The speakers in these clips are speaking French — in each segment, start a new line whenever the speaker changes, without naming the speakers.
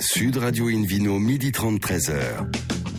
Sud Radio Invino, midi 30, 13h.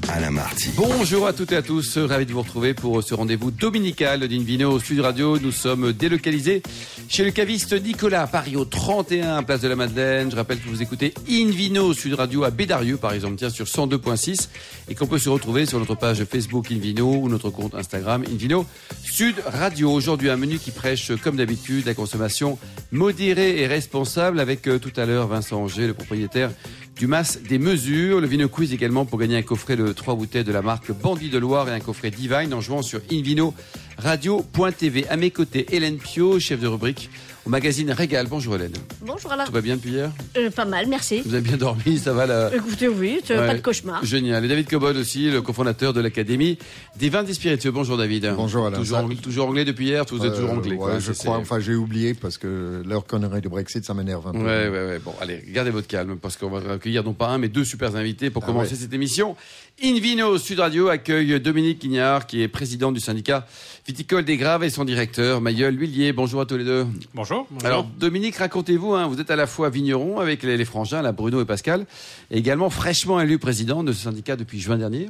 Alain Marty.
Bonjour à toutes et à tous, ravi de vous retrouver pour ce rendez-vous dominical d'Invino au Sud Radio. Nous sommes délocalisés chez le caviste Nicolas à Paris au 31 place de la Madeleine. Je rappelle que vous écoutez Invino Sud Radio à Bédarieux par exemple, tiens sur 102.6 et qu'on peut se retrouver sur notre page Facebook Invino ou notre compte Instagram Invino Sud Radio. Aujourd'hui un menu qui prêche comme d'habitude la consommation modérée et responsable avec euh, tout à l'heure Vincent Angers, le propriétaire du Mas des Mesures. Le Vino Quiz également pour gagner un coffret de trois bouteilles de la marque Bandit de Loire et un coffret Divine en jouant sur Invino Radio.tv. À mes côtés, Hélène Pio, chef de rubrique au magazine Régal. Bonjour Hélène.
Bonjour Alain.
Tout va bien depuis hier
Euh, pas mal, merci.
Vous avez bien dormi Ça va la...
Écoutez, oui, tu-
Ouais.
Euh, pas de cauchemar.
Génial. Et David Cobol aussi, le cofondateur de l'Académie des vins des spiritueux. Bonjour David.
Bonjour, Alain.
Toujours,
Ça-
ang- toujours anglais depuis hier, vous êtes toujours
Euh,
anglais.
ouais,
quoi.
je
C'est-
crois, enfin j'ai oublié parce que leur connerie du Brexit, ça m'énerve un peu.
Ouais, ouais, ouais. Bon, allez, gardez votre calme parce qu'on va accueillir non pas un, mais deux super invités pour
Ah
commencer
ouais.
cette émission. Invino Sud Radio accueille Dominique Ignard, qui est président du syndicat viticole des Graves et son directeur, Mayol Huillier. Bonjour à tous les deux.
Bonjour.
Alors, Dominique, racontez-vous, hein, vous êtes à la fois vigneron avec les, les frangins, là, Bruno et Pascal, et également fraîchement élu président de ce syndicat depuis juin dernier.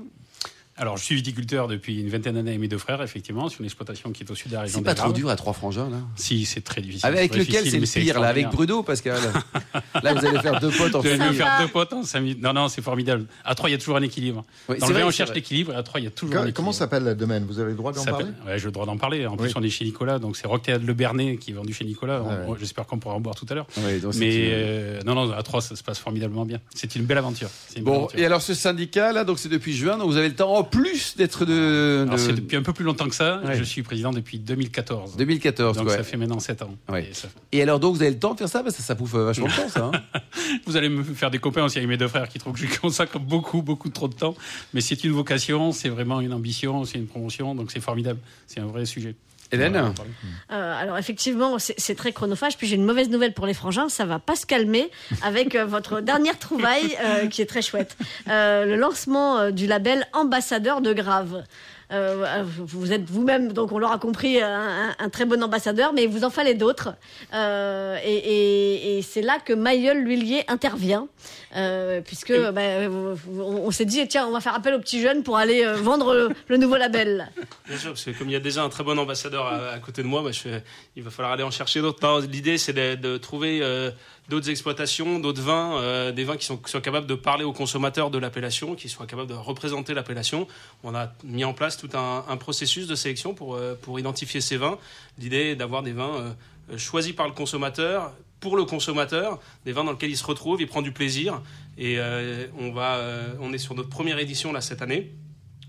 Alors, je suis viticulteur depuis une vingtaine d'années et mes deux frères, effectivement, sur une exploitation qui est au sud de la région
C'est pas
des
trop
Graves.
dur à trois frangins, là.
Si, c'est très difficile.
Ah, Avec
Très
lequel
difficile,
c'est le
mais
pire, là Avec
extraordinaire.
Bruno, Pascal Là, vous allez faire deux potes en
Je vais me
famille.
faire deux potes en cinq minutes. Non, non, c'est formidable. À trois, il y a toujours un équilibre.
Oui,
Dans
c'est
le vin,
vrai,
on
c'est
cherche
vrai.
l'équilibre et à trois, il y a toujours un
Qu-
équilibre.
Comment s'appelle le domaine Vous avez le droit d'en
Ça
parler
s'appelle- Ouais, j'ai le droit d'en parler. En
Oui.
plus, on est chez Nicolas, donc c'est Rocktail Le Bernet qui est vendu chez Nicolas.
Ah Oh,
On- J'espère qu'on pourra en boire tout à l'heure.
Oui, donc c'est
Mais
une-
euh, non, non, à trois, ça se passe formidablement bien. C'est une belle aventure. C'est une belle
Bon,
aventure.
et alors ce syndicat là, donc c'est depuis juin, donc vous avez le temps en plus d'être de,
Alors,
de-
c'est depuis un peu plus longtemps que ça.
Ouais.
Je suis président depuis 2014.
2014.
Donc
quoi.
ça fait maintenant 7 ans.
Ouais.
Et ça fait-
Et alors donc vous avez le temps de faire ça, parce que ça bouffe euh, vachement de temps ça. hein.
Vous allez me faire des copains aussi avec mes deux frères qui trouvent que je consacre beaucoup, beaucoup trop de temps. Mais c'est une vocation, c'est vraiment une ambition, c'est une promotion, donc c'est formidable. C'est un vrai sujet.
Hélène,
Euh, alors effectivement, c'est c'est très chronophage. Puis j'ai une mauvaise nouvelle pour les frangins, ça va pas se calmer avec euh, votre dernière trouvaille euh, qui est très chouette. Euh, le lancement euh, du label ambassadeur de Grave. Euh, euh, vous êtes vous-même, donc on l'aura compris, euh, un, un- un très bon ambassadeur, mais il vous en fallait d'autres. Euh, et et- et c'est là que Mayol L'Huillier intervient, euh, puisque bah, euh, on, on s'est dit, tiens, on va faire appel aux petits jeunes pour aller euh, vendre le, le nouveau label.
Bien sûr, parce que comme il y a déjà un très bon ambassadeur à, à côté de moi, bah, je fais- il va falloir aller en chercher d'autres. Non, L'idée, c'est de, de trouver euh, d'autres exploitations, d'autres vins, euh, des vins qui, sont, qui soient capables de parler aux consommateurs de l'appellation, qui soient capables de représenter l'appellation. On a mis en place tout un, un processus de sélection pour, euh, pour identifier ces vins. L'idée est d'avoir des vins euh, euh, choisis par le consommateur, pour le consommateur, des vins dans lesquels il se retrouve, il prend du plaisir. Et euh, on, va, euh, on est sur notre première édition là cette année.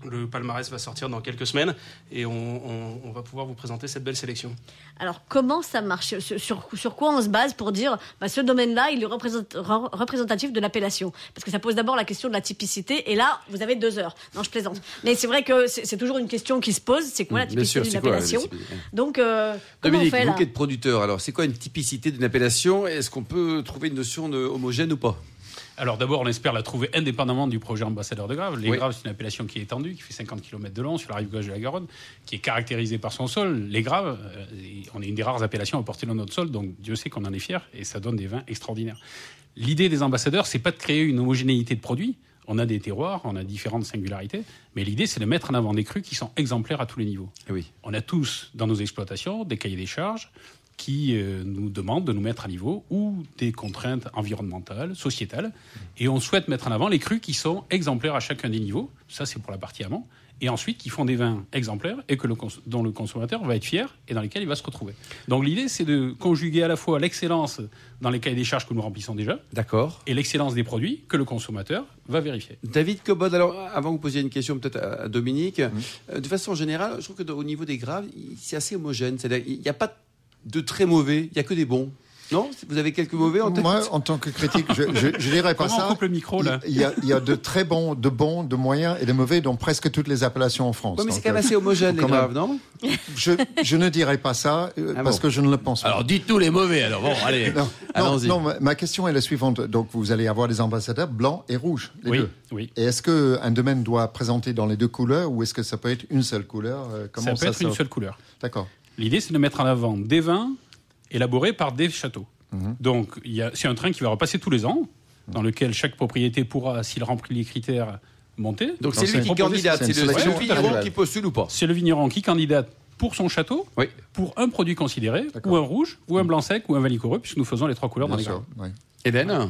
Le palmarès va sortir dans quelques semaines et on, on- on va pouvoir vous présenter cette belle sélection.
Alors comment ça marche sur, sur- sur quoi on se base pour dire bah, ce domaine-là, il est représent- re- représentatif de l'appellation Parce que ça pose d'abord la question de la typicité, et là, vous avez deux heures. Non, je plaisante. Mais c'est vrai que c'est c'est toujours une question qui se pose, c'est quoi la
bien
typicité
sûr,
d'une
c'est quoi la
appellation
typicité
Donc, euh, comment
Dominique,
on fait
vous
là
qui êtes producteur, alors c'est quoi une typicité d'une appellation et Est-ce qu'on peut trouver une notion de homogène ou pas
Alors d'abord, on espère la trouver indépendamment du projet ambassadeur de Graves. Les
Oui.
Graves, c'est une appellation qui est étendue, qui fait 50 km de long sur la rive gauche de la Garonne, qui est caractérisée par son sol. Les Graves, euh, et on est une des rares appellations à porter dans notre sol, donc Dieu sait qu'on en est fier et ça donne des vins extraordinaires. L'idée des ambassadeurs, c'est pas de créer une homogénéité de produits. On a des terroirs, on a différentes singularités, mais l'idée, c'est de mettre en avant des crus qui sont exemplaires à tous les niveaux.
Oui.
On a tous dans nos exploitations des cahiers des charges qui euh, nous demandent de nous mettre à niveau ou des contraintes environnementales, sociétales. Et on souhaite mettre en avant les crus qui sont exemplaires à chacun des niveaux. Ça, c'est pour la partie amont. Et ensuite, qui font des vins exemplaires et que le cons- dont le consommateur va être fier et dans lesquels il va se retrouver. Donc l'idée, c'est de conjuguer à la fois l'excellence dans les cahiers des charges que nous remplissons déjà
D'accord.
et l'excellence des produits que le consommateur va vérifier.
David Cobod, alors avant que vous posiez une question peut-être à à Dominique,
Mmh.
euh, de façon générale, je trouve que dans- au niveau des graves, il- c'est assez homogène. C'est-à-dire il n'y a pas de très mauvais, il n'y a que des bons. Non Vous avez quelques mauvais en tête
Moi, en tant que critique, je, je, je dirais pas
Comment
ça.
on coupe le micro, là
il, il y a, il y a de très bons, de bons, de moyens et de mauvais dans presque toutes les appellations en France.
Ouais, mais c'est
Donc,
quand même
euh,
assez homogène, les
quand même.
graves, non
je, je ne dirais pas ça euh,
Ah
parce
bon.
que je ne le pense pas.
Alors dites tous les mauvais, alors bon, allez.
non, non,
allons-y.
non, ma- ma question est la suivante. Donc, vous allez avoir des ambassadeurs blancs et rouges, les
oui,
deux.
oui.
Et est-ce qu'un domaine doit présenter dans les deux couleurs ou est-ce que ça peut être une seule couleur Euh,
ça
Comment
peut
ça,
être une
se-
seule couleur.
D'accord.
L'idée, c'est de mettre en avant des vins élaborés par des châteaux. Donc, il y a- c'est un train qui va repasser tous les ans. dans lequel chaque propriété pourra, s'il remplit les critères, monter.
Donc
Non,
c'est lui
c'est-
qui candidate,
c'est
c'est
une
le- c'est
sélection
le vigneron
individuelle.
qui postule ou pas
C'est le vigneron qui candidate pour son château,
Oui.
pour un produit considéré,
D'accord.
ou un rouge, ou un blanc sec, ou un valicoreux, puisque nous faisons les trois couleurs
Bien
dans les
sûr,
grains.
oui.
Ah.
Eden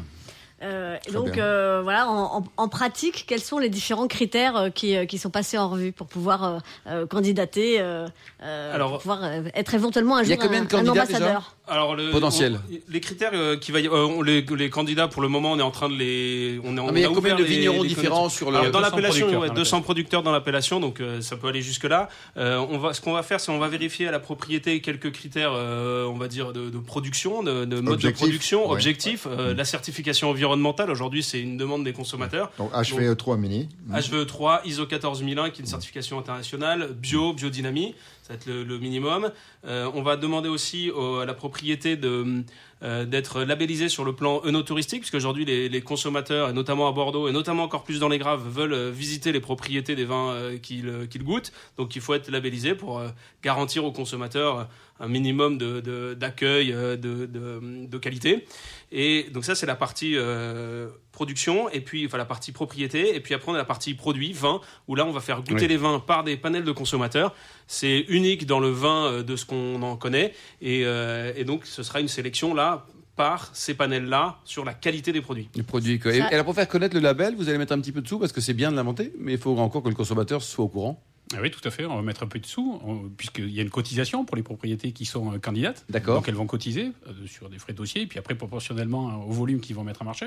Euh, et donc
bien.
euh, voilà, en, en- en pratique, quels sont les différents critères euh, qui, euh, qui sont passés en revue pour pouvoir euh, euh, candidater, euh, euh,
Alors-
pour pouvoir euh, être éventuellement un
Il y a
jour
combien
un,
de
un
candidats
ambassadeur
Alors le,
Potentiel.
on- les critères euh, qui va y- euh, on- les, les candidats pour le moment, on est en train de les. On, est-
Non,
on
mais il y a
a
combien
ouvert
de
les-
vignerons
les
différents sur le.
Alors, dans
200
l'appellation,
producteurs
ouais,
dans
200 producteurs dans l'appellation, donc euh, ça peut aller jusque-là. Euh, on va, ce qu'on va faire, c'est on va vérifier à la propriété quelques critères, euh, on va dire, de, de production, de, de mode
Objectif,
de production,
ouais.
objectif, euh, la certification environnementale. Aujourd'hui, c'est une demande des consommateurs.
Donc HVE3 mini.
E Mm-hmm. HVE3, ISO 14001, qui est une certification internationale, bio, biodynamie, ça va être le, le minimum. Euh, on va demander aussi au- à la propriété de, euh, d'être labellisée sur le plan œnotouristique, puisque aujourd'hui les, les consommateurs, et notamment à Bordeaux, et notamment encore plus dans les Graves, veulent euh, visiter les propriétés des vins euh, qu'ils, qu'ils goûtent. Donc il faut être labellisé pour euh, garantir aux consommateurs euh, un minimum de, de- d'accueil, euh, de, de- de qualité. Et donc ça, c'est la partie euh, production, et puis enfin la partie propriété, et puis après on a la partie produit, vin, où là on va faire goûter
Oui.
les vins par des panels de consommateurs. C'est unique dans le vin euh, de ce qu'on en connaît, et, euh, et donc ce sera une sélection là par ces panels-là sur la qualité des produits.
Le produit. quoi. Et,
Ça-
et alors pour faire connaître le label, vous allez mettre un petit peu de sous parce que c'est bien de l'inventer, mais il faut encore que le consommateur soit au courant.
Ah oui, tout à fait. On va mettre un peu de sous, on- puisqu'il y a une cotisation pour les propriétés qui sont euh, candidates.
D'accord.
Donc elles vont cotiser euh, sur des frais de dossier, et puis après proportionnellement euh, au volume qu'ils vont mettre à marché.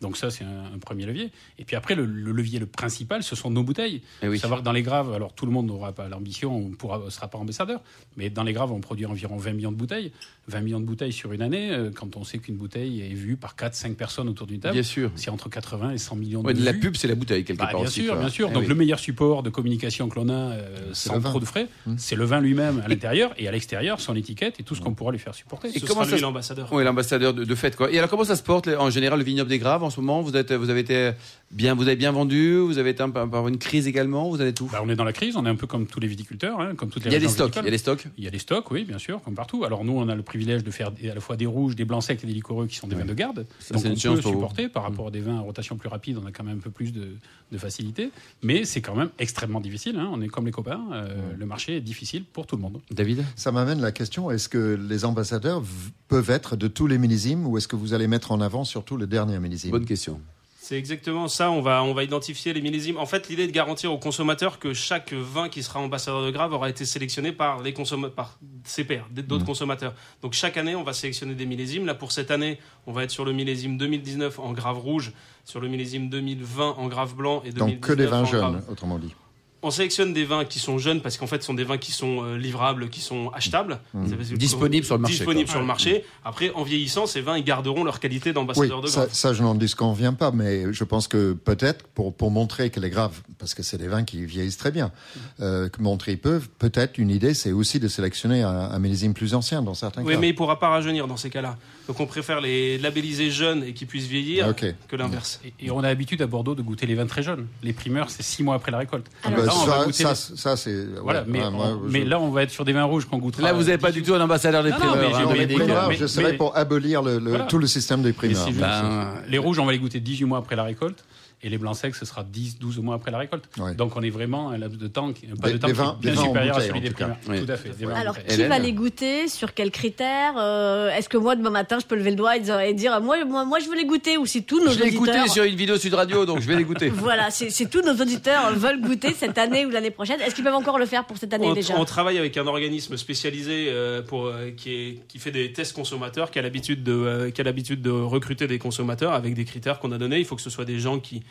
Donc ça, c'est un, un premier levier. Et puis après, le, le levier le principal, ce sont nos bouteilles.
Eh oui.
Savoir que dans les graves, alors tout le monde n'aura pas l'ambition, on pourra, on sera pas ambassadeur, mais dans les graves, on produit environ 20 millions de bouteilles. 20 millions de bouteilles sur une année, euh, quand on sait qu'une bouteille est vue par 4-5 personnes autour d'une table,
Bien sûr.
c'est entre 80 et 100 millions
Ouais,
de
de la
vues.
pub, c'est la bouteille quelque
Bah,
part
bien
aussi,
sûr,
quoi.
bien sûr.
Eh
Donc
oui.
le meilleur support de communication que l'on a euh,
C'est
sans
le vin.
trop de frais,
Hum.
Mm.
c'est le vin lui-même à l'intérieur et à l'extérieur son étiquette et tout ce qu'on pourra lui faire supporter.
Et
ce
comment
sera
ça
lui
se-
l'ambassadeur.
Oui, l'ambassadeur de, de fête. Quoi. Et alors, comment ça se porte les- en général le vignoble des Graves en ce moment vous, êtes, vous avez été bien, vous avez bien vendu, vous avez été un peu- par une crise également, vous avez tout.
Bah, on est dans la crise, on est un peu comme tous les viticulteurs, hein, comme toutes les
il y a des
régions
stocks. Il y a
viticoles.
des stocks.
Il y a des stocks, oui, bien sûr, comme partout. Alors nous, on a le privilège de faire des- à la fois des rouges, des blancs secs et des liquoreux qui sont des vins de garde.
Ça,
Donc
c'est
on
une
peut
chance pour vous. Hum.
supporter par rapport à des vins à rotation plus rapide, on a quand même un peu plus de, de facilité. Mais c'est quand même extrêmement difficile, hein. on est comme les copains, euh, le marché est difficile pour tout le monde.
David
Ça m'amène la question est-ce que les ambassadeurs v- peuvent être de tous les millésimes ou est-ce que vous allez mettre en avant surtout le dernier millésime
Bonne question.
C'est exactement ça, on va, on va identifier les millésimes. En fait, l'idée est de garantir aux consommateurs que chaque vin qui sera ambassadeur de Grave aura été sélectionné par, les consomm- par ses pairs,
Mmh.
d'autres consommateurs. Donc chaque année, on va sélectionner des millésimes. Là, pour cette année, on va être sur le millésime 2019 en Grave rouge, sur le millésime 2020 en Grave blanc et 2019
Donc que des
en
vins
Grave
jeunes, autrement dit.
on sélectionne des vins qui sont jeunes parce qu'en fait, ce sont des vins qui sont euh, livrables, qui sont achetables.
Mm.
C'est parce que-
Disponibles sur le marché,
Disponibles
quoi.
sur le marché. Après, en vieillissant, ces vins, ils garderont leur qualité
Oui,
d'ambassadeur de
ça,
Grave.
ça, je n'en disconviens pas, mais je pense que peut-être pour, pour montrer qu'elle est grave, parce que c'est des vins qui vieillissent très bien,
Mm.
euh, que montrer ils peuvent, peut-être une idée, c'est aussi de sélectionner un, un millésime plus ancien dans certains
Oui,
cas.
mais il pourra pas rajeunir dans ces cas-là. Donc on préfère les labelliser jeunes et qui puissent vieillir
Ah, ok.
que l'inverse.
Et, et on a l'habitude à Bordeaux de goûter les vins très jeunes. Les primeurs, c'est six mois après la récolte.
Ah bah,
Là, on va
ça,
goûter
ça,
les-
ça, c'est.
Voilà,
ouais,
mais,
ouais,
on-
moi, je-
mais là, on va être sur des vins rouges qu'on goûtera.
Là, vous n'avez pas du tout un ambassadeur des
Ah, Non, non,
primeurs,
Euh,
Ah, mais j'ai
hein,
oublié de
Dominique.
Mais
dire.
grave,
mais-
je serais
mais-
pour abolir le, le-
Voilà.
tout le système des
Mais
primeurs.
c'est juste
Ben,
ça. Les rouges, on va les goûter 18 mois après la récolte. Et les blancs secs, ce sera 10, 12 mois après la récolte.
Ouais.
Donc, on est vraiment à un laps de temps, qui- pas
Des-
de temps
des
qui
vins-
est
des
bien
vins en
supérieur à
bouteille,
celui
en
des
tout cas.
primeurs.
Oui.
Tout à fait. des vins en
Alors,
bouteille.
qui
Hélène.
va les goûter Sur quels critères Euh, Est-ce que moi, demain matin, je peux lever le doigt et dire, et dire, moi, moi, moi, je veux les goûter Ou si tous nos
Je l'ai
auditeurs...
écouté sur une vidéo Sud Radio, donc je vais l'écouter.
Voilà, si, si tous nos auditeurs veulent goûter cette année ou l'année prochaine, est-ce qu'ils peuvent encore le faire pour cette année
On,
déjà
on travaille avec un organisme spécialisé euh, pour, euh, qui, est- qui fait des tests consommateurs, qui a l'habitude de, euh, qui a l'habitude de recruter des consommateurs avec des critères qu'on a donnés. Il faut que ce soit des gens qui.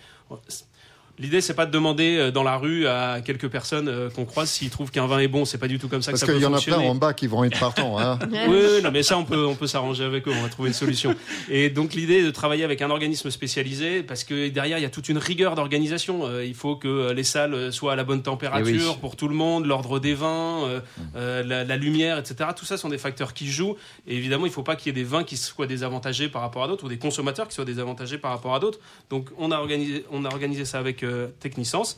L'idée, c'est pas de demander euh, dans la rue à quelques personnes euh, qu'on croise s'ils trouvent qu'un vin est bon. C'est pas du tout comme ça
Parce
que ça
qu'il y
peut
en a plein
fonctionner.
en bas qui vont être partants. hein.
Ouais.
Oui, oui, non, mais ça, on peut, on peut s'arranger avec eux, on va trouver une solution. Et donc, l'idée est de travailler avec un organisme spécialisé, parce que derrière, il y a toute une rigueur d'organisation. Euh, il faut que euh, les salles euh, soient à la bonne température
Eh oui.
pour tout le monde, l'ordre des vins, euh, euh, la, la lumière, etc. Tout ça sont des facteurs qui jouent. Et évidemment, il ne faut pas qu'il y ait des vins qui soient désavantagés par rapport à d'autres, ou des consommateurs qui soient désavantagés par rapport à d'autres. Donc, on a organisé, on a organisé ça avec euh, Technicense.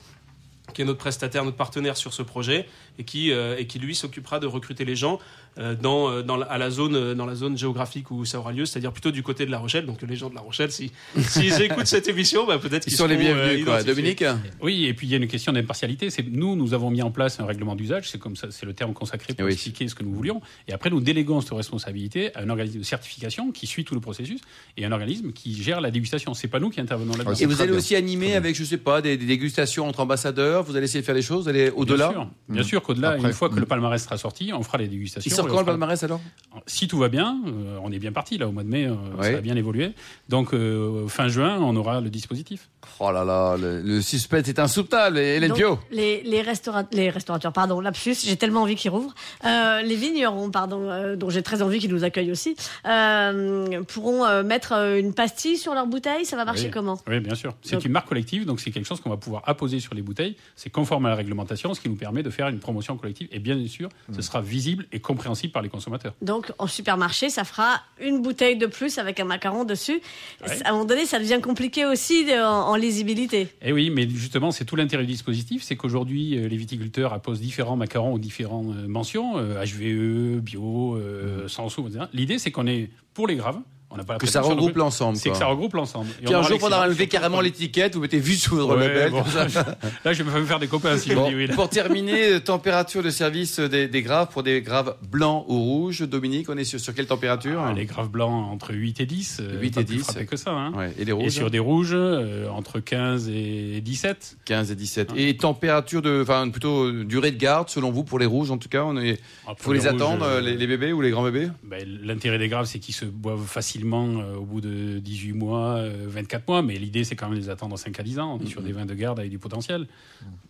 qui est notre prestataire, notre partenaire sur ce projet, et qui, euh, et qui lui s'occupera de recruter les gens euh, dans, euh, dans la, à la zone, euh, dans la zone géographique où ça aura lieu, c'est-à-dire plutôt du côté de La Rochelle. Donc les gens de La Rochelle, si, s'ils écoutent cette émission, bah, peut-être
Ils
qu'ils
sont les
seront, euh,
bienvenus, quoi.
identifiés.
Dominique
Oui, et puis il y a une question d'impartialité. C'est nous, nous avons mis en place un règlement d'usage. C'est comme ça, c'est le terme consacré pour
Oui.
expliquer ce que nous voulions. Et après, nous déléguons cette responsabilité à un organisme de certification qui suit tout le processus et un organisme qui gère la dégustation. C'est pas nous qui intervenons là-dedans.
Ouais,
Et
c'est
vous
très
allez
bien.
aussi animer avec, je sais pas, des, des dégustations entre ambassadeurs. Vous allez essayer de faire les choses. Vous allez
Bien
au-delà. Mmh.
sûr, bien sûr qu'au-delà,
Après,
une fois que
mm.
le palmarès sera sorti, on fera les dégustations.
Il sort
et on
quand le
fera-
palmarès alors
Si tout va bien, euh, on est bien parti là au mois de mai, euh,
Ouais.
ça va bien évoluer. Donc euh, fin juin, on aura le dispositif.
Oh là là, le, le suspense est insoutenable. Hélène
Donc,
Pio
les, les, restaura- les restaurateurs, pardon, lapsus, j'ai tellement envie qu'ils rouvrent. Euh, les vignerons, pardon, euh, dont j'ai très envie qu'ils nous accueillent aussi, euh, pourront euh, mettre euh, une pastille sur leur bouteille. Ça va marcher
Oui.
comment
Oui, bien sûr. C'est
Donc-
une marque collective, donc c'est quelque chose qu'on va pouvoir apposer sur les bouteilles. C'est conforme à la réglementation, ce qui nous permet de faire une promotion collective. Et bien sûr, ce sera visible et compréhensible par les consommateurs.
Donc, en supermarché, ça fera une bouteille de plus avec un macaron dessus.
Ouais.
À un moment donné, ça devient compliqué aussi de- en, en lisibilité.
Et Eh oui, mais justement, c'est tout l'intérêt du dispositif, c'est qu'aujourd'hui, euh, les viticulteurs apposent différents macarons aux différentes euh, mentions, euh, HVE, bio, euh, sans sous, etc. L'idée, c'est qu'on est pour les graves. On n'a pas la
Que ça
prétention non
regroupe
plus.
l'ensemble.
C'est que
quoi.
ça regroupe l'ensemble. Et
Puis
on
un
aura
jour, on
l'excellence.
enlevu carrément l'étiquette, vous mettez vu sur le
Ouais,
label.
bon.
comme ça.
Là, je vais me faire des copains si
Bon,
je dis oui. là.
pour terminer, euh, température de service euh, des, des graves pour des graves blancs ou rouges. Dominique, on est sur, sur quelle température
Ah, les graves blancs entre 8 et 10. euh,
8
pas
et
plus
10.
frappé que ça. hein.
Ouais, Et les
Et
rouges
sur des rouges, euh, entre 15 et 17.
15 et 17.
Ah.
Et température de, enfin plutôt euh, durée de garde selon vous pour les rouges en tout cas. On est,
Ah, pour
faut les,
rouges,
attendre
euh,
euh, les, les bébés ou les grands bébés.
ben, L'intérêt des graves, c'est qu'ils se boivent facilement euh, au bout de 18 mois, euh, 24 mois. Mais l'idée, c'est quand même de les attendre 5 à 10
Mm,
ans. On est sur des vins de garde avec du potentiel.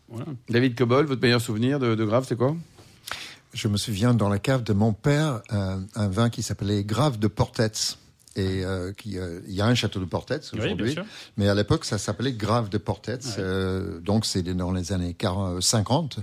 Voilà.
David Cobol, votre meilleur souvenir de, de grave, c'est quoi
Je me souviens dans la cave de mon père un- un vin qui s'appelait Grave de Portets. Et euh, qui, euh, il y a un château de Portets
Oui, bien
aujourd'hui,
sûr.
mais à l'époque ça s'appelait Grave de Portets. euh, donc c'est dans les années 40, 50.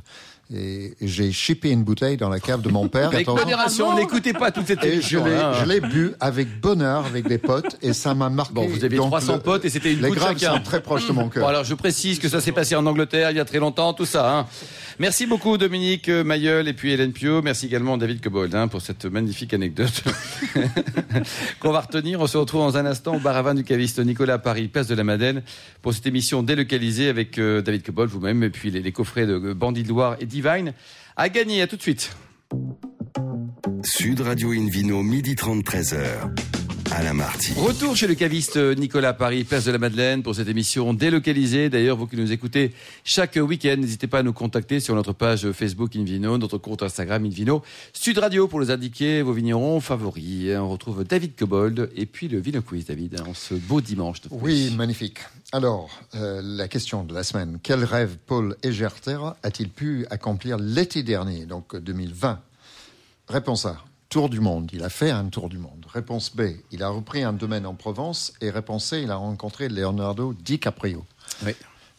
Et j'ai chipé une bouteille dans la cave de mon père.
Avec
Attends.
modération,
Bravo.
n'écoutez pas toute cette
et je
émission.
l'ai,
Ah.
hein.
je l'ai bu avec bonheur avec des potes et ça m'a marqué.
Bon, vous aviez
Donc,
300
le-
potes et c'était une
Les
goutte
graves
chacun.
sont très proches de mon cœur.
Bon, alors je précise que ça s'est passé en Angleterre il y a très longtemps, tout ça. hein. Merci beaucoup Dominique euh, Mailleul et puis Hélène Pio. Merci également David Cobold hein, pour cette magnifique anecdote qu'on va retenir. On se retrouve dans un instant au bar à vin du caviste Nicolas à Paris, place de la Madeleine, pour cette émission délocalisée avec euh, David Cobold, vous-même, et puis les, les coffrets de euh, Bandit de Loire et Divine. À gagner, à tout de suite.
Sud Radio Invino, midi 30, 13h. Alain Marty.
Retour chez le caviste Nicolas Paris, place de la Madeleine, pour cette émission délocalisée. D'ailleurs, vous qui nous écoutez chaque week-end, n'hésitez pas à nous contacter sur notre page Facebook Invino, notre compte Instagram Invino, Sud Radio pour nous indiquer vos vignerons favoris. On retrouve David Cobold et puis le Vino Quiz, David, hein, en ce beau dimanche. de
Oui,
pluie.
magnifique. Alors, euh, la question de la semaine. Quel rêve Paul Egerter a-t-il pu accomplir l'été dernier, donc 2020 Réponse A, tour du monde. Il a fait un tour du monde. Réponse B, il a repris un domaine en Provence. Et réponse C, il a rencontré Leonardo DiCaprio.
Oui.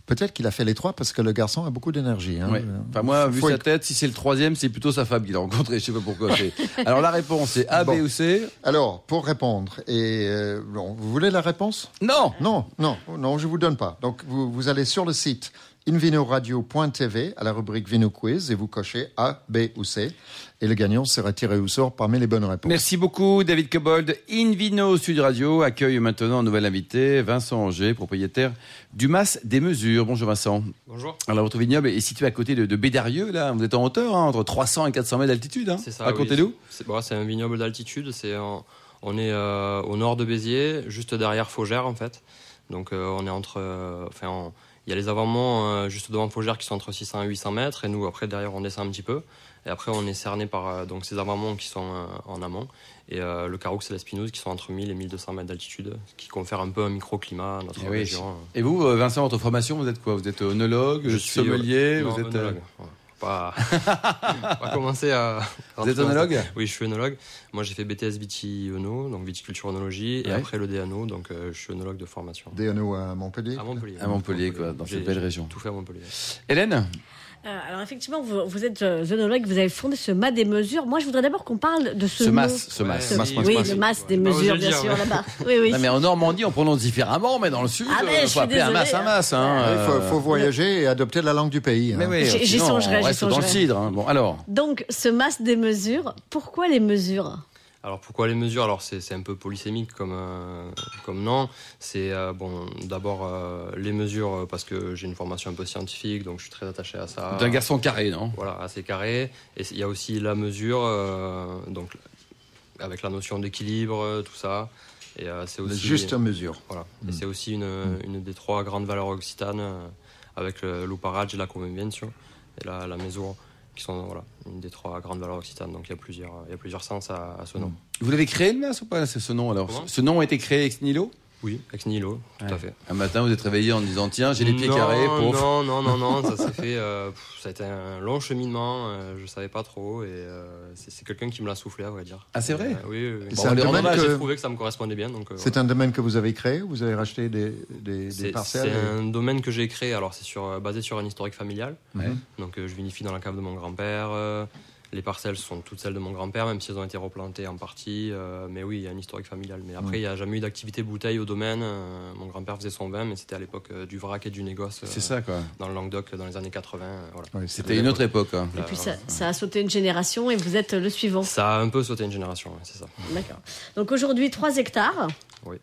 Peut-être qu'il a fait les trois parce que le garçon a beaucoup d'énergie. hein.
Ouais. Enfin, moi, vu
Faut
sa
éc-
tête, si c'est le troisième, c'est plutôt sa femme qu'il a rencontrée. Je sais pas pourquoi. c'est- Alors, la réponse, c'est A, B
Bon.
ou C
Alors, pour répondre, et euh, bon, vous voulez la réponse
Non
Non, non, non, je vous donne pas. Donc, vous, vous allez sur le site invinoradio.tv à la rubrique Vino Quiz et vous cochez A, B ou C. Et le gagnant sera tiré au sort parmi les bonnes réponses.
Merci beaucoup, David Cobold. Invino Sud Radio accueille maintenant un nouvel invité, Vincent Angers, propriétaire du Mas des Mesures. Bonjour Vincent.
Bonjour.
Alors, votre vignoble est situé à côté de, de Bédarieux, là. Vous êtes en hauteur, hein, entre 300 et 400 mètres d'altitude. Hein.
C'est ça.
Racontez-nous.
oui. C'est bon, c'est un vignoble d'altitude. C'est en- on est euh, au nord de Béziers, juste derrière Faugères en fait. Donc euh, on est entre. euh, Enfin, on- il y a les avant-monts euh, juste devant Faugères qui sont entre 600 et 800 mètres, et nous après derrière on descend un petit peu. Et après on est cerné par euh, donc ces avant-monts qui sont euh, en amont et euh, le Caroux et la Spinouse qui sont entre 1000 et 1200 mètres d'altitude, ce qui confère un peu un microclimat à notre
Eh oui,
région.
Et vous, euh, Vincent, votre formation, vous êtes quoi Vous êtes œnologue, sommelier
non,
vous êtes, euh,
œnologue, ouais. pas, pas commencer à.
Vous êtes œnologue
Oui, je suis œnologue. Moi, j'ai fait BTS Viti Œno, donc viticulture œnologie,
Ouais.
et après le DNO, donc euh, je suis œnologue de formation.
DNO à Montpellier.
À Montpellier.
Ah, À Montpellier, quoi, dans cette
J'ai-
belle
j'ai
région.
Tout fait à Montpellier.
Hélène
Euh, alors effectivement, vous, vous êtes euh, zoonologue, vous avez fondé ce mas des mesures. Moi, je voudrais d'abord qu'on parle de ce
Ce
mot.
mas, ce mas.
Mince,
Ouais.
mince,
oui,
mince.
le mas des
Ouais. Pas osé
mesures,
le
bien
dire,
sûr,
ouais.
là-bas. Oui, oui.
Non, mais en Normandie, on prononce différemment, mais dans le sud,
Ah, mais
il
je
faut
suis
appeler un mas
désolée.
un mas. Hein,
Ah, Il
Ah
faut,
euh.
faut voyager et adopter la langue du pays.
Mais
hein.
oui,
J'y- j'y
sinon,
songerai,
on
j'y
reste dans le
songerai.
cidre. hein. Bon, alors,
Donc, ce mas des mesures, pourquoi les mesures
Alors pourquoi les mesures Alors c'est c'est un peu polysémique comme, euh, comme nom. C'est euh, bon, d'abord euh, les mesures euh, parce que j'ai une formation un peu scientifique, donc je suis très attaché à ça.
d'un garçon carré, non
Voilà, assez carré. Et il y a aussi la mesure, euh, donc avec la notion d'équilibre, euh, tout ça. Et euh, c'est
De
aussi
Juste mesure.
voilà.
Mm.
Et c'est aussi une, une des trois grandes valeurs occitanes euh, avec le l'ouparage et la convention et la, la maison qui sont voilà une des trois grandes valeurs occitanes. Donc il y a plusieurs il y a plusieurs sens à, à ce nom.
Mm.
Vous l'avez créé le mas ou pas ce ce nom alors
Comment
Ce nom a été créé ex nihilo
Oui, ex nihilo, tout
Ouais.
à fait.
Un matin, vous êtes réveillé en disant tiens, j'ai les pieds
Non,
carrés, pauvre.
Non, non, non, non, ça s'est fait. euh, pff, ça a été un long cheminement, euh, je savais pas trop, et euh, c'est c'est quelqu'un qui me l'a soufflé, à vrai dire.
Ah, c'est vrai
Et, euh, Oui, oui, oui.
Et
Bon,
c'est un
on est- on
domaine
a-
que-
J'ai trouvé que ça me correspondait bien, donc. euh,
C'est
voilà.
un domaine que vous avez créé ou Vous avez racheté des, des, des
C'est-
parcelles
c'est un domaine que j'ai créé, alors c'est sur, euh, basé sur un historique familial.
Ouais.
Donc euh, je vinifie dans la cave de mon grand-père. euh, les parcelles sont toutes celles de mon grand-père, même si elles ont été replantées en partie. euh, mais oui, il y a un historique familial. Mais après, il n'y a jamais eu d'activité bouteille au domaine. euh, mon grand-père faisait son vin, mais c'était à l'époque euh, du vrac et du négoce. euh,
C'est ça quoi.
dans le Languedoc dans les années 80. euh, voilà.
Oui,
C'était une autre époque. hein.
Bah,
Et puis, ça, ça a sauté une génération et vous êtes le suivant.
Ça a un peu sauté une génération, ouais, c'est ça.
D'accord. Donc, aujourd'hui, 3 hectares.
Oui.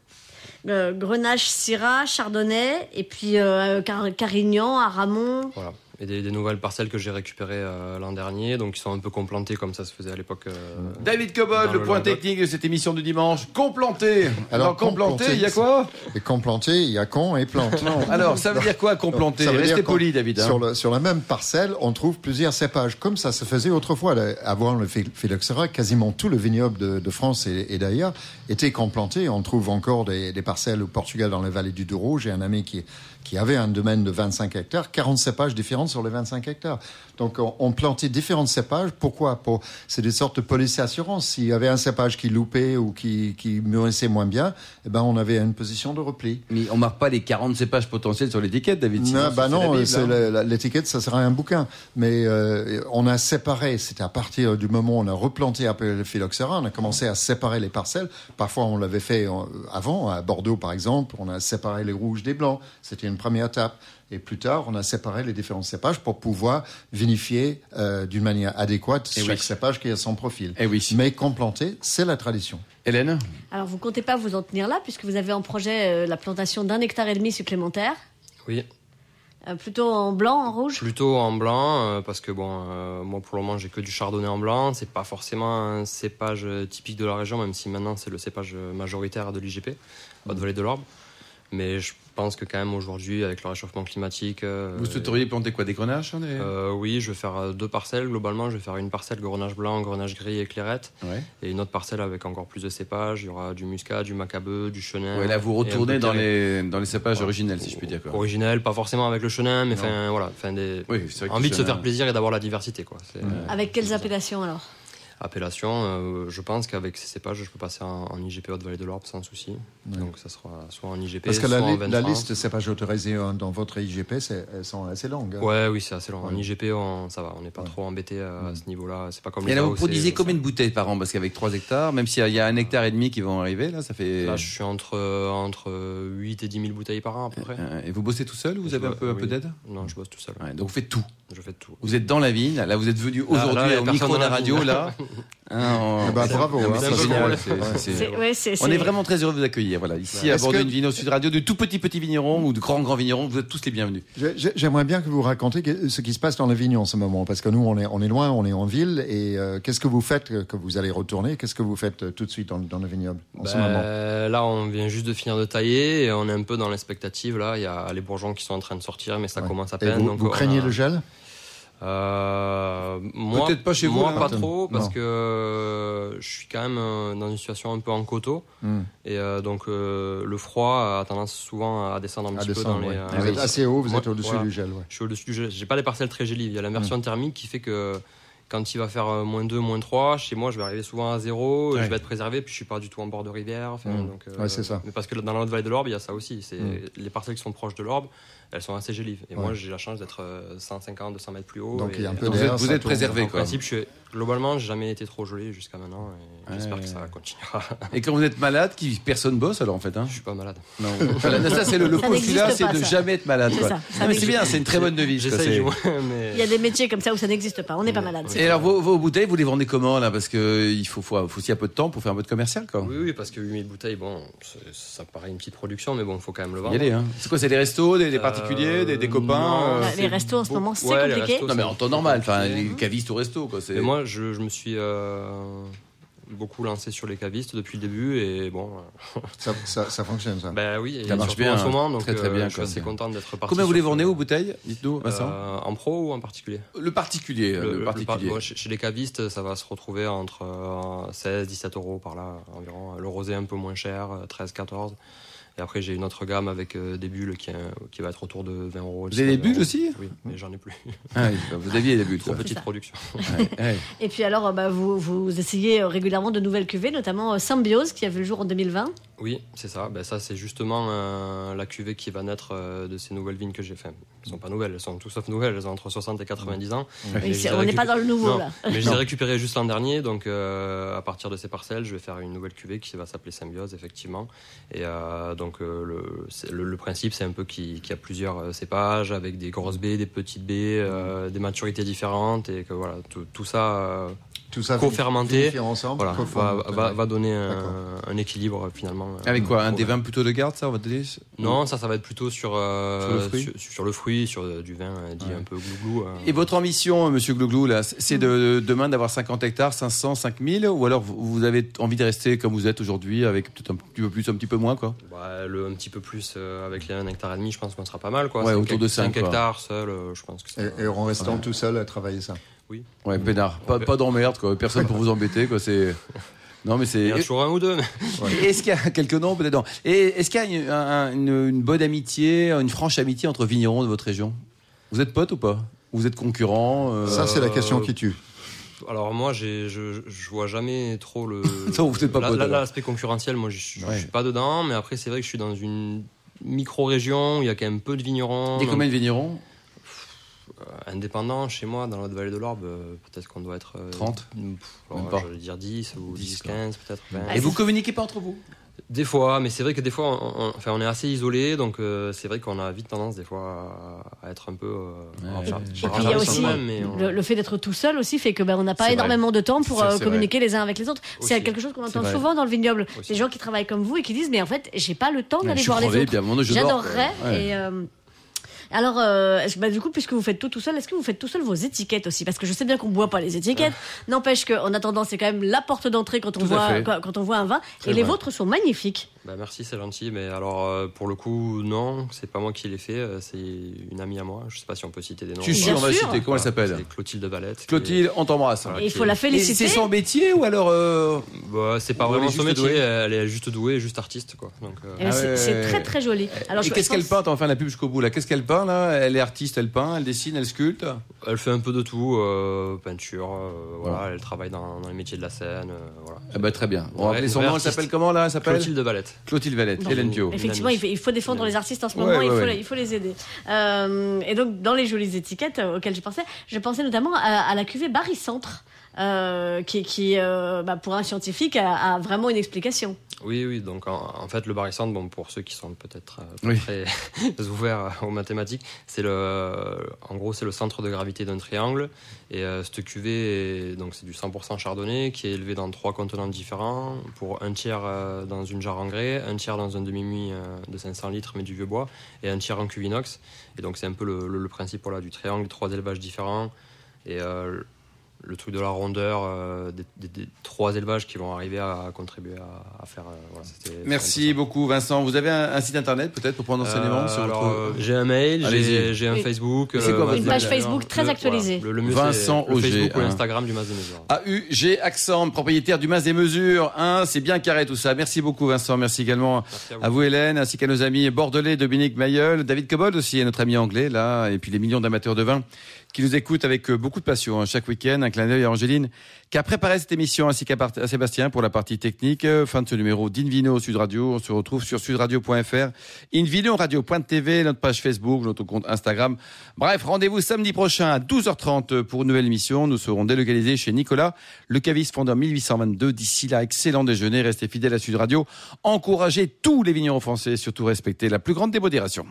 Euh, Grenache, Syrah, Chardonnay, et puis euh, Car- Carignan, Aramon.
Voilà. Et des, des nouvelles parcelles que j'ai récupérées euh, l'an dernier, donc qui sont un peu complantées comme ça se faisait à l'époque. euh,
David
Dans
Cobod, le
le
point
Languedoc.
technique de cette émission du dimanche. Complanté
Alors,
Alors, complanté,
complanté,
il y a quoi
Et con planté, il y a con et plante.
Non, alors ça veut dire quoi complanté
Ça veut dire
Restez
qu'on-
poli, David. hein.
Sur, le- sur la même parcelle, on trouve plusieurs cépages, comme ça se faisait autrefois. Le- Avant le phil- phylloxéra, quasiment tout le vignoble de, de France et, et d'ailleurs était complanté. On trouve encore des, des parcelles au Portugal, dans la vallée du Douro. J'ai un ami qui, qui avait un domaine de 25 hectares, 40 cépages différents sur les 25 hectares. Donc on, on plantait différents cépages. Pourquoi Pour, C'est des sortes de polices assurances. S'il y avait un cépage qui loupait ou qui, qui mûrissait moins bien, eh ben on avait une position de repli.
Mais on marque pas les 40 cépages potentiels sur l'étiquette, David. sinon,
Non,
ça,
bah
c'est la
non,
Bible,
c'est
hein.
la- la- l'étiquette, ça sera un bouquin. Mais euh, on a séparé, c'était à partir du moment où on a replanté après le phylloxéra, on a commencé à séparer les parcelles. Parfois, on l'avait fait en- avant, à Bordeaux par exemple, on a séparé les rouges des blancs. C'était une première étape. Et plus tard, on a séparé les différents cépages pour pouvoir vinifier euh, d'une manière adéquate
Eh
chaque
oui.
cépage qui a son profil.
Eh oui.
Mais complanter, c'est la tradition.
Hélène
Alors, vous comptez pas vous en tenir là, puisque vous avez en projet euh, la plantation d'un hectare et demi supplémentaire,
Oui,
euh, plutôt en blanc, en rouge.
plutôt en blanc, euh, parce que bon, euh, moi pour le moment j'ai que du chardonnay en blanc, c'est pas forcément un cépage euh, typique de la région, même si maintenant c'est le cépage euh, majoritaire de l'IGP, Haute-Vallée de l'Orbe. Mais je pense que quand même aujourd'hui, avec le réchauffement climatique. euh,
Vous souhaiteriez planter quoi Des grenaches hein, des-
euh, Oui, je vais faire euh, deux parcelles globalement, je vais faire une parcelle grenage blanc, grenage gris et clairette.
Ouais.
et une autre parcelle avec encore plus de cépages. Il y aura du muscat, du macabeu, du chenin.
Ouais, là, vous
et un
retournez
peu
dans
clairé.
les, dans les cépages
Voilà.
originels, si je puis dire. Quoi.
Originel, pas forcément avec le chenin, mais
Non.
enfin voilà, enfin des.
Oui, c'est vrai que
Envie de se
Chenin-
faire plaisir et d'avoir la diversité quoi. C'est-
Avec quelles appellations alors
Appellation, euh, je pense qu'avec ces cépages, je peux passer en, en IGP Haute Vallée de l'Orbe sans souci. Donc ça sera soit en IGP,
Parce que
soit
la,
en
li-
vin de
la
France.
liste de cépages autorisés euh, dans votre IGP, c'est- elles sont assez
euh,
longues. hein.
Ouais, oui, c'est assez long. En
Ouais.
IGP, on, ça va, on n'est pas trop embêté à, à ce niveau-là. C'est pas comme
Et
les
alors, vous
AOC,
produisez
ça-
combien de bouteilles par an Parce qu'avec 3 hectares, même s'il y a- il y a un hectare et demi qui vont arriver, là, ça fait.
Là, je suis entre, entre 8 et 10 000 bouteilles par an à peu près.
Euh, Et vous bossez tout seul ou vous
Je
avez un
vois-
peu, un peu
oui.
d'aide
Non, je bosse tout seul.
Ouais, Donc, vous faites tout.
Je fais tout.
Vous êtes dans la vigne, là, vous êtes venu
là, il
aujourd'hui
y a
au
personne
micro de
dans
la
la
radio,
vigne.
là. Hein, en-
Ah bah, bravo,
Non, mais
hein,
c'est
c'est
génial,
drôle.
c'est- c'est-
C'est- ouais, c'est-
On est
c'est-
vraiment très heureux de vous accueillir. Voilà, ici à
Est-ce
Bordeaux,
que-
une vigne au sud radio, de tout petits petits vignerons ou de grands grands vignerons, vous êtes tous les bienvenus.
J'ai- j'ai- J'aimerais bien que vous racontiez que- ce qui se passe dans la vigne en ce moment, parce que nous, on est, on est loin, on est en ville, et euh, qu'est-ce que vous faites euh, que vous allez retourner Qu'est-ce que vous faites euh, tout de suite dans, dans le vignoble en ce
Ben,
moment
Là, on vient juste de finir de tailler et on est un peu dans l'expectative. Là, il y a les bourgeons qui sont en train de sortir, mais ça
Ouais.
commence à
Et
peine.
vous,
ben, donc
vous
on
craignez
a-
le gel
Euh, moi,
Peut-être pas chez vous, hein.
moi,
là,
pas
Anton.
trop, parce
Non.
que euh, je suis quand même euh, dans une situation un peu en coteau.
Hmm.
Et euh, donc, euh, le froid a tendance souvent à descendre un
À
petit
descendre,
peu dans les.
ouais. Ah
euh,
Ah,
Vous êtes assez haut, vous
Moi,
êtes au-dessus
voilà.
du gel. ouais.
Je suis au-dessus du gel. J'ai pas les parcelles très gélies. Il y a
Hmm.
l'inversion thermique qui fait que quand il va faire euh, moins 2, moins 3, chez moi, je vais arriver souvent à 0,
Ouais.
je vais être préservé, puis je suis pas du tout en bord de rivière. Enfin,
Mm.
donc, euh,
Ouais, c'est ça.
Mais parce que dans la haute vallée de l'Orbe, il y a ça aussi. C'est
Mm.
Les parcelles qui sont proches de l'Orbe, elles sont assez gélives. Et moi,
Ouais.
j'ai la chance d'être euh, 150, 200 mètres plus haut.
Donc,
et-
il y a un peu
Vous
d'air,
êtes, vous
ça
êtes
tourne.
préservé
En
quoi.
principe, je suis... globalement, j'ai jamais été trop gelé jusqu'à maintenant. et
Ouais,
J'espère
ouais,
que ça continuera.
Et quand vous êtes malade, qui personne bosse alors en fait. Hein
je suis pas malade.
non. Voilà, ça c'est le, le
Ça
postulat,
n'existe
c'est
pas,
de
ça.
jamais être malade.
C'est
quoi.
ça, ça
Ah, mais c'est
n'existe
bien, c'est une très bonne devise. quoi,
J'essaye
c'est-
du moins, mais.
Il y a des métiers comme ça où ça n'existe pas. On n'est pas malade. c'est
Et alors vos, vos bouteilles, vous les vendez comment là Parce que euh, il faut, faut, faut aussi un peu de temps pour faire un peu de commercial quoi.
Oui, oui, parce que 8000 bouteilles, bon, c'est- ça paraît une petite production, mais bon, il faut quand même le
Faut
vendre.
y aller, hein. C'est quoi C'est des restos, des, des
Euh,
particuliers, des, des copains
non,
euh,
Ouais,
c'est
les restos, en ce
beau-
moment, c'est
Ouais, les
compliqué.
restos,
Non mais
c'est
en temps normal, enfin
compliqué.
les cavistes au resto quoi. c'est-
Et moi, je, je me suis euh, beaucoup lancé sur les cavistes depuis le début, et bon, euh,
Ça, ça- ça fonctionne, ça.
bah oui, et
Ça marche
surtout
bien,
en ce moment, donc
très, très
euh,
bien,
je suis
quoi.
assez content d'être parti.
Combien vous
sur
les
ce-
vendez aux bouteilles Dites-nous, Vincent.
Euh, En pro ou en particulier
le particulier, le,
par-
particulier.
moi, chez, chez les cavistes, ça va se retrouver entre euh, 16, 17 euros par là environ. Le rosé un peu moins cher, euh, 13, 14. Et après, j'ai une autre gamme avec euh, des bulles qui, euh, qui va être autour de 20 euros.
Vous avez des
19
bulles
euros.
aussi
Oui, mais j'en ai plus.
Ah oui, vous aviez les Ah bulles.
Trop
quoi.
petite
ça.
production.
Ouais, ouais.
Et puis alors, euh, bah, vous, vous essayez euh, régulièrement de nouvelles cuvées, notamment euh, Symbiose qui a vu le jour en 2020.
Oui, c'est ça. Ben, ça, c'est justement euh, la cuvée qui va naître euh, de ces nouvelles vignes que j'ai faites. Elles sont pas nouvelles, elles sont tout sauf nouvelles. Elles ont entre 60 et 90 ans.
Mmh.
Oui,
Et
c'est-
je les ai
on n'est pas
récupé-
dans le nouveau
Non,
là.
Mais je les ai récupérées juste l'an dernier. Donc, euh, à partir de ces parcelles, je vais faire une nouvelle cuvée qui va s'appeler Symbiose, effectivement. Et euh, donc, euh, le, c'est- le- le principe, c'est un peu qu'il qu'il y a plusieurs euh, cépages avec des grosses baies, des petites baies,
Mmh.
euh, des maturités différentes. Et que voilà, tout, tout ça. euh,
Tout ça
Co-fermenté.
vérifié ensemble.
voilà, va,
co-fermenté.
va- va donner un,
D'accord.
un équilibre finalement. euh,
Avec quoi Un
pour-
des vins plutôt de garde, ça, on va te dire
non, ça, ça va être plutôt sur, euh,
Sur le fruit
sur, sur le fruit, sur euh, du vin euh, dit
Ouais.
un peu glouglou. euh.
Et votre ambition, euh, monsieur Glouglou, là, c'est de, demain d'avoir 50 hectares, 500, 5000 Ou alors vous vous avez envie de rester comme vous êtes aujourd'hui, avec peut-être un petit peu plus, un petit peu moins, quoi
Bah, le, un petit peu plus euh, avec les 1 hectare et demi, je pense qu'on sera pas mal. Quoi.
Ouais,
Cinq
autour de
hec- cinq
cinq, quoi.
hectares seul, euh, je pense que ça.
Et, et en restant tout seul à travailler ça.
Ouais, peinard. Pas, pas d'emmerde, quoi. Personne pour vous embêter, quoi. C'est. Non, mais
Il
c'est.
y en a toujours un ou deux. mais-
Et Est-ce qu'il y a quelques noms, peut-être non. Et est-ce qu'il y a une, un- une- une bonne amitié, une franche amitié entre vignerons de votre région Vous êtes potes ou pas Ou Vous êtes concurrents euh,
Ça, c'est la question qui tue.
Alors, moi, j'ai- je, je vois jamais trop le.
Non, vous êtes pas
la-
potes,
la-
alors.
L'aspect concurrentiel, moi, je, je-
Ouais.
je suis pas dedans. Mais après, c'est vrai que je suis dans une micro-région où il y a quand même peu de vignerons.
Il y a
donc,
combien de vignerons
euh, indépendants, chez moi, dans la vallée de l'Orbe, euh, peut-être qu'on doit être. euh,
30
pff, alors,
Même pas.
Je vais dire 10 ou
10,
10,
quoi.
15, peut-être. vingt.
Ah,
Et
c'est-
vous communiquez pas entre vous
Des fois, mais c'est vrai que des fois, on, on- enfin, on est assez isolé, donc euh, c'est vrai qu'on a vite tendance des fois à, à être un peu. Euh,
Ouais.
en charge-
Et
en
puis,
charge
il y a
de soi-même,
aussi
mais on-
Le, le fait d'être tout seul aussi fait que ben, on n'a pas
C'est
énormément de temps pour
Ça,
euh,
c'est
communiquer les uns avec les autres. C'est
Aussi.
quelque chose qu'on
C'est
entend
vrai.
souvent dans le vignoble.
Aussi.
Des gens qui travaillent comme vous et qui disent mais en fait j'ai pas le temps
Je
d'aller
suis
voir les
crevé,
autres.
puis à un moment donné, je dors, quoi.
J'adorerais.
Ouais.
Et euh, alors, euh, est-ce- bah, du coup, puisque vous faites tout tout seul, est-ce que vous faites tout seul vos étiquettes aussi Parce que je sais bien qu'on boit pas les étiquettes. N'empêche qu'en attendant, c'est quand même la porte d'entrée quand on
Ah. Tout à
voit
fait.
quand, quand on voit un vin.
Très
et les
vrai.
vôtres sont magnifiques.
Bah, merci, c'est gentil, mais alors euh, pour le coup, non, c'est pas moi qui l'ai fait, euh, c'est une amie à moi. Je sais pas si on peut citer des noms.
Tu si,
Bien
on va
sûr.
citer. Comment elle
Voilà,
s'appelle
c'est Clotilde Valette. qui-
Clotilde, on t'embrasse.
Voilà.
Et il
Ok.
faut la
Ah, Et
féliciter.
C'est son métier ou alors euh,
Bah, c'est pas
Ou elle
vraiment
est
son
juste
métier,
douée.
elle est juste douée, juste artiste, quoi. Donc, euh,
Eh ben,
Ah
c'est
ouais,
c'est
ouais, ouais.
très très joli. Alors,
Et
je-
qu'est-ce
je pense-
qu'elle peint On va faire la pub jusqu'au bout là. Qu'est-ce qu'elle peint là Elle est artiste, elle peint, elle dessine, elle sculpte.
Elle fait un peu de tout, euh, peinture, euh, voilà, elle travaille dans, dans les métiers de la scène, euh, voilà.
Ah bah, très bien. On va
Ouais,
appeler son
vraie
nom. Elle
artiste.
s'appelle comment là Elle s'appelle
Clotilde Valette.
Clotilde Valette.
Non.
Hélène Thio.
Effectivement, il
Dynamique.
faut, il faut défendre les artistes en ce
Ouais,
moment, il,
ouais,
faut,
ouais.
il faut les aider. Euh, et donc, dans les jolies étiquettes euh, auxquelles je pensais, je pensais notamment à, à la cuvée Barycentre, euh, qui, qui euh, bah, pour un scientifique, a, a vraiment une explication.
Oui, oui, donc en, en fait, le barycentre, bon, pour ceux qui sont peut-être euh, pas
Oui.
très ouverts aux mathématiques, c'est le, en gros, c'est le centre de gravité d'un triangle. Et euh, cette cuvée, est- donc c'est du 100% chardonnay qui est élevé dans trois contenants différents, pour un tiers euh, dans une jarre en grès, un tiers dans un demi-muit euh, de 500 litres, mais du vieux bois, et un tiers en cuve inox. Et donc c'est un peu le, le- le principe voilà, du triangle, trois élevages différents. Et euh, le truc de la rondeur, euh, des, des- des trois élevages qui vont arriver à, contribuer à, à faire. euh, voilà, c'était-
Merci beaucoup, Vincent. Vous avez un, un site internet peut-être pour prendre
Euh,
enseignement sur
alors,
votre-
euh, J'ai un mail, j'ai-
Allez-y.
j'ai un
Une-
Facebook.
Mais c'est quoi votre
Mas
Une page
des Mesures.
Facebook très
Le-
actualisée.
voilà, le, le mieux,
Vincent
c'est le
Auger,
Facebook ou
hein.
l'Instagram du Mas des Mesures.
AUG Accent, propriétaire du Mas des Mesures. Hein, c'est bien carré tout ça. Merci beaucoup, Vincent. Merci également
Merci
à vous, Hélène, ainsi qu'à nos amis bordelais, Dominique Mayeul, David Cobold aussi, et notre ami anglais, là, et puis les millions d'amateurs de vin qui nous écoutent avec euh, beaucoup de passion hein, chaque week-end. Un clin d'œil à Angéline qui a préparé cette émission, ainsi qu'à part- à Sébastien pour la partie technique. Euh, Fin de ce numéro d'Invino Sud Radio. On se retrouve sur sudradio.fr, invinoradio.tv, notre page Facebook, notre compte Instagram. Bref, rendez-vous samedi prochain à 12h30 pour une nouvelle émission. Nous serons délocalisés chez Nicolas, le caviste fondé en 1822. D'ici là, excellent déjeuner. Restez fidèles à Sud Radio. Encouragez tous les vignerons français, surtout respectez la plus grande démodération.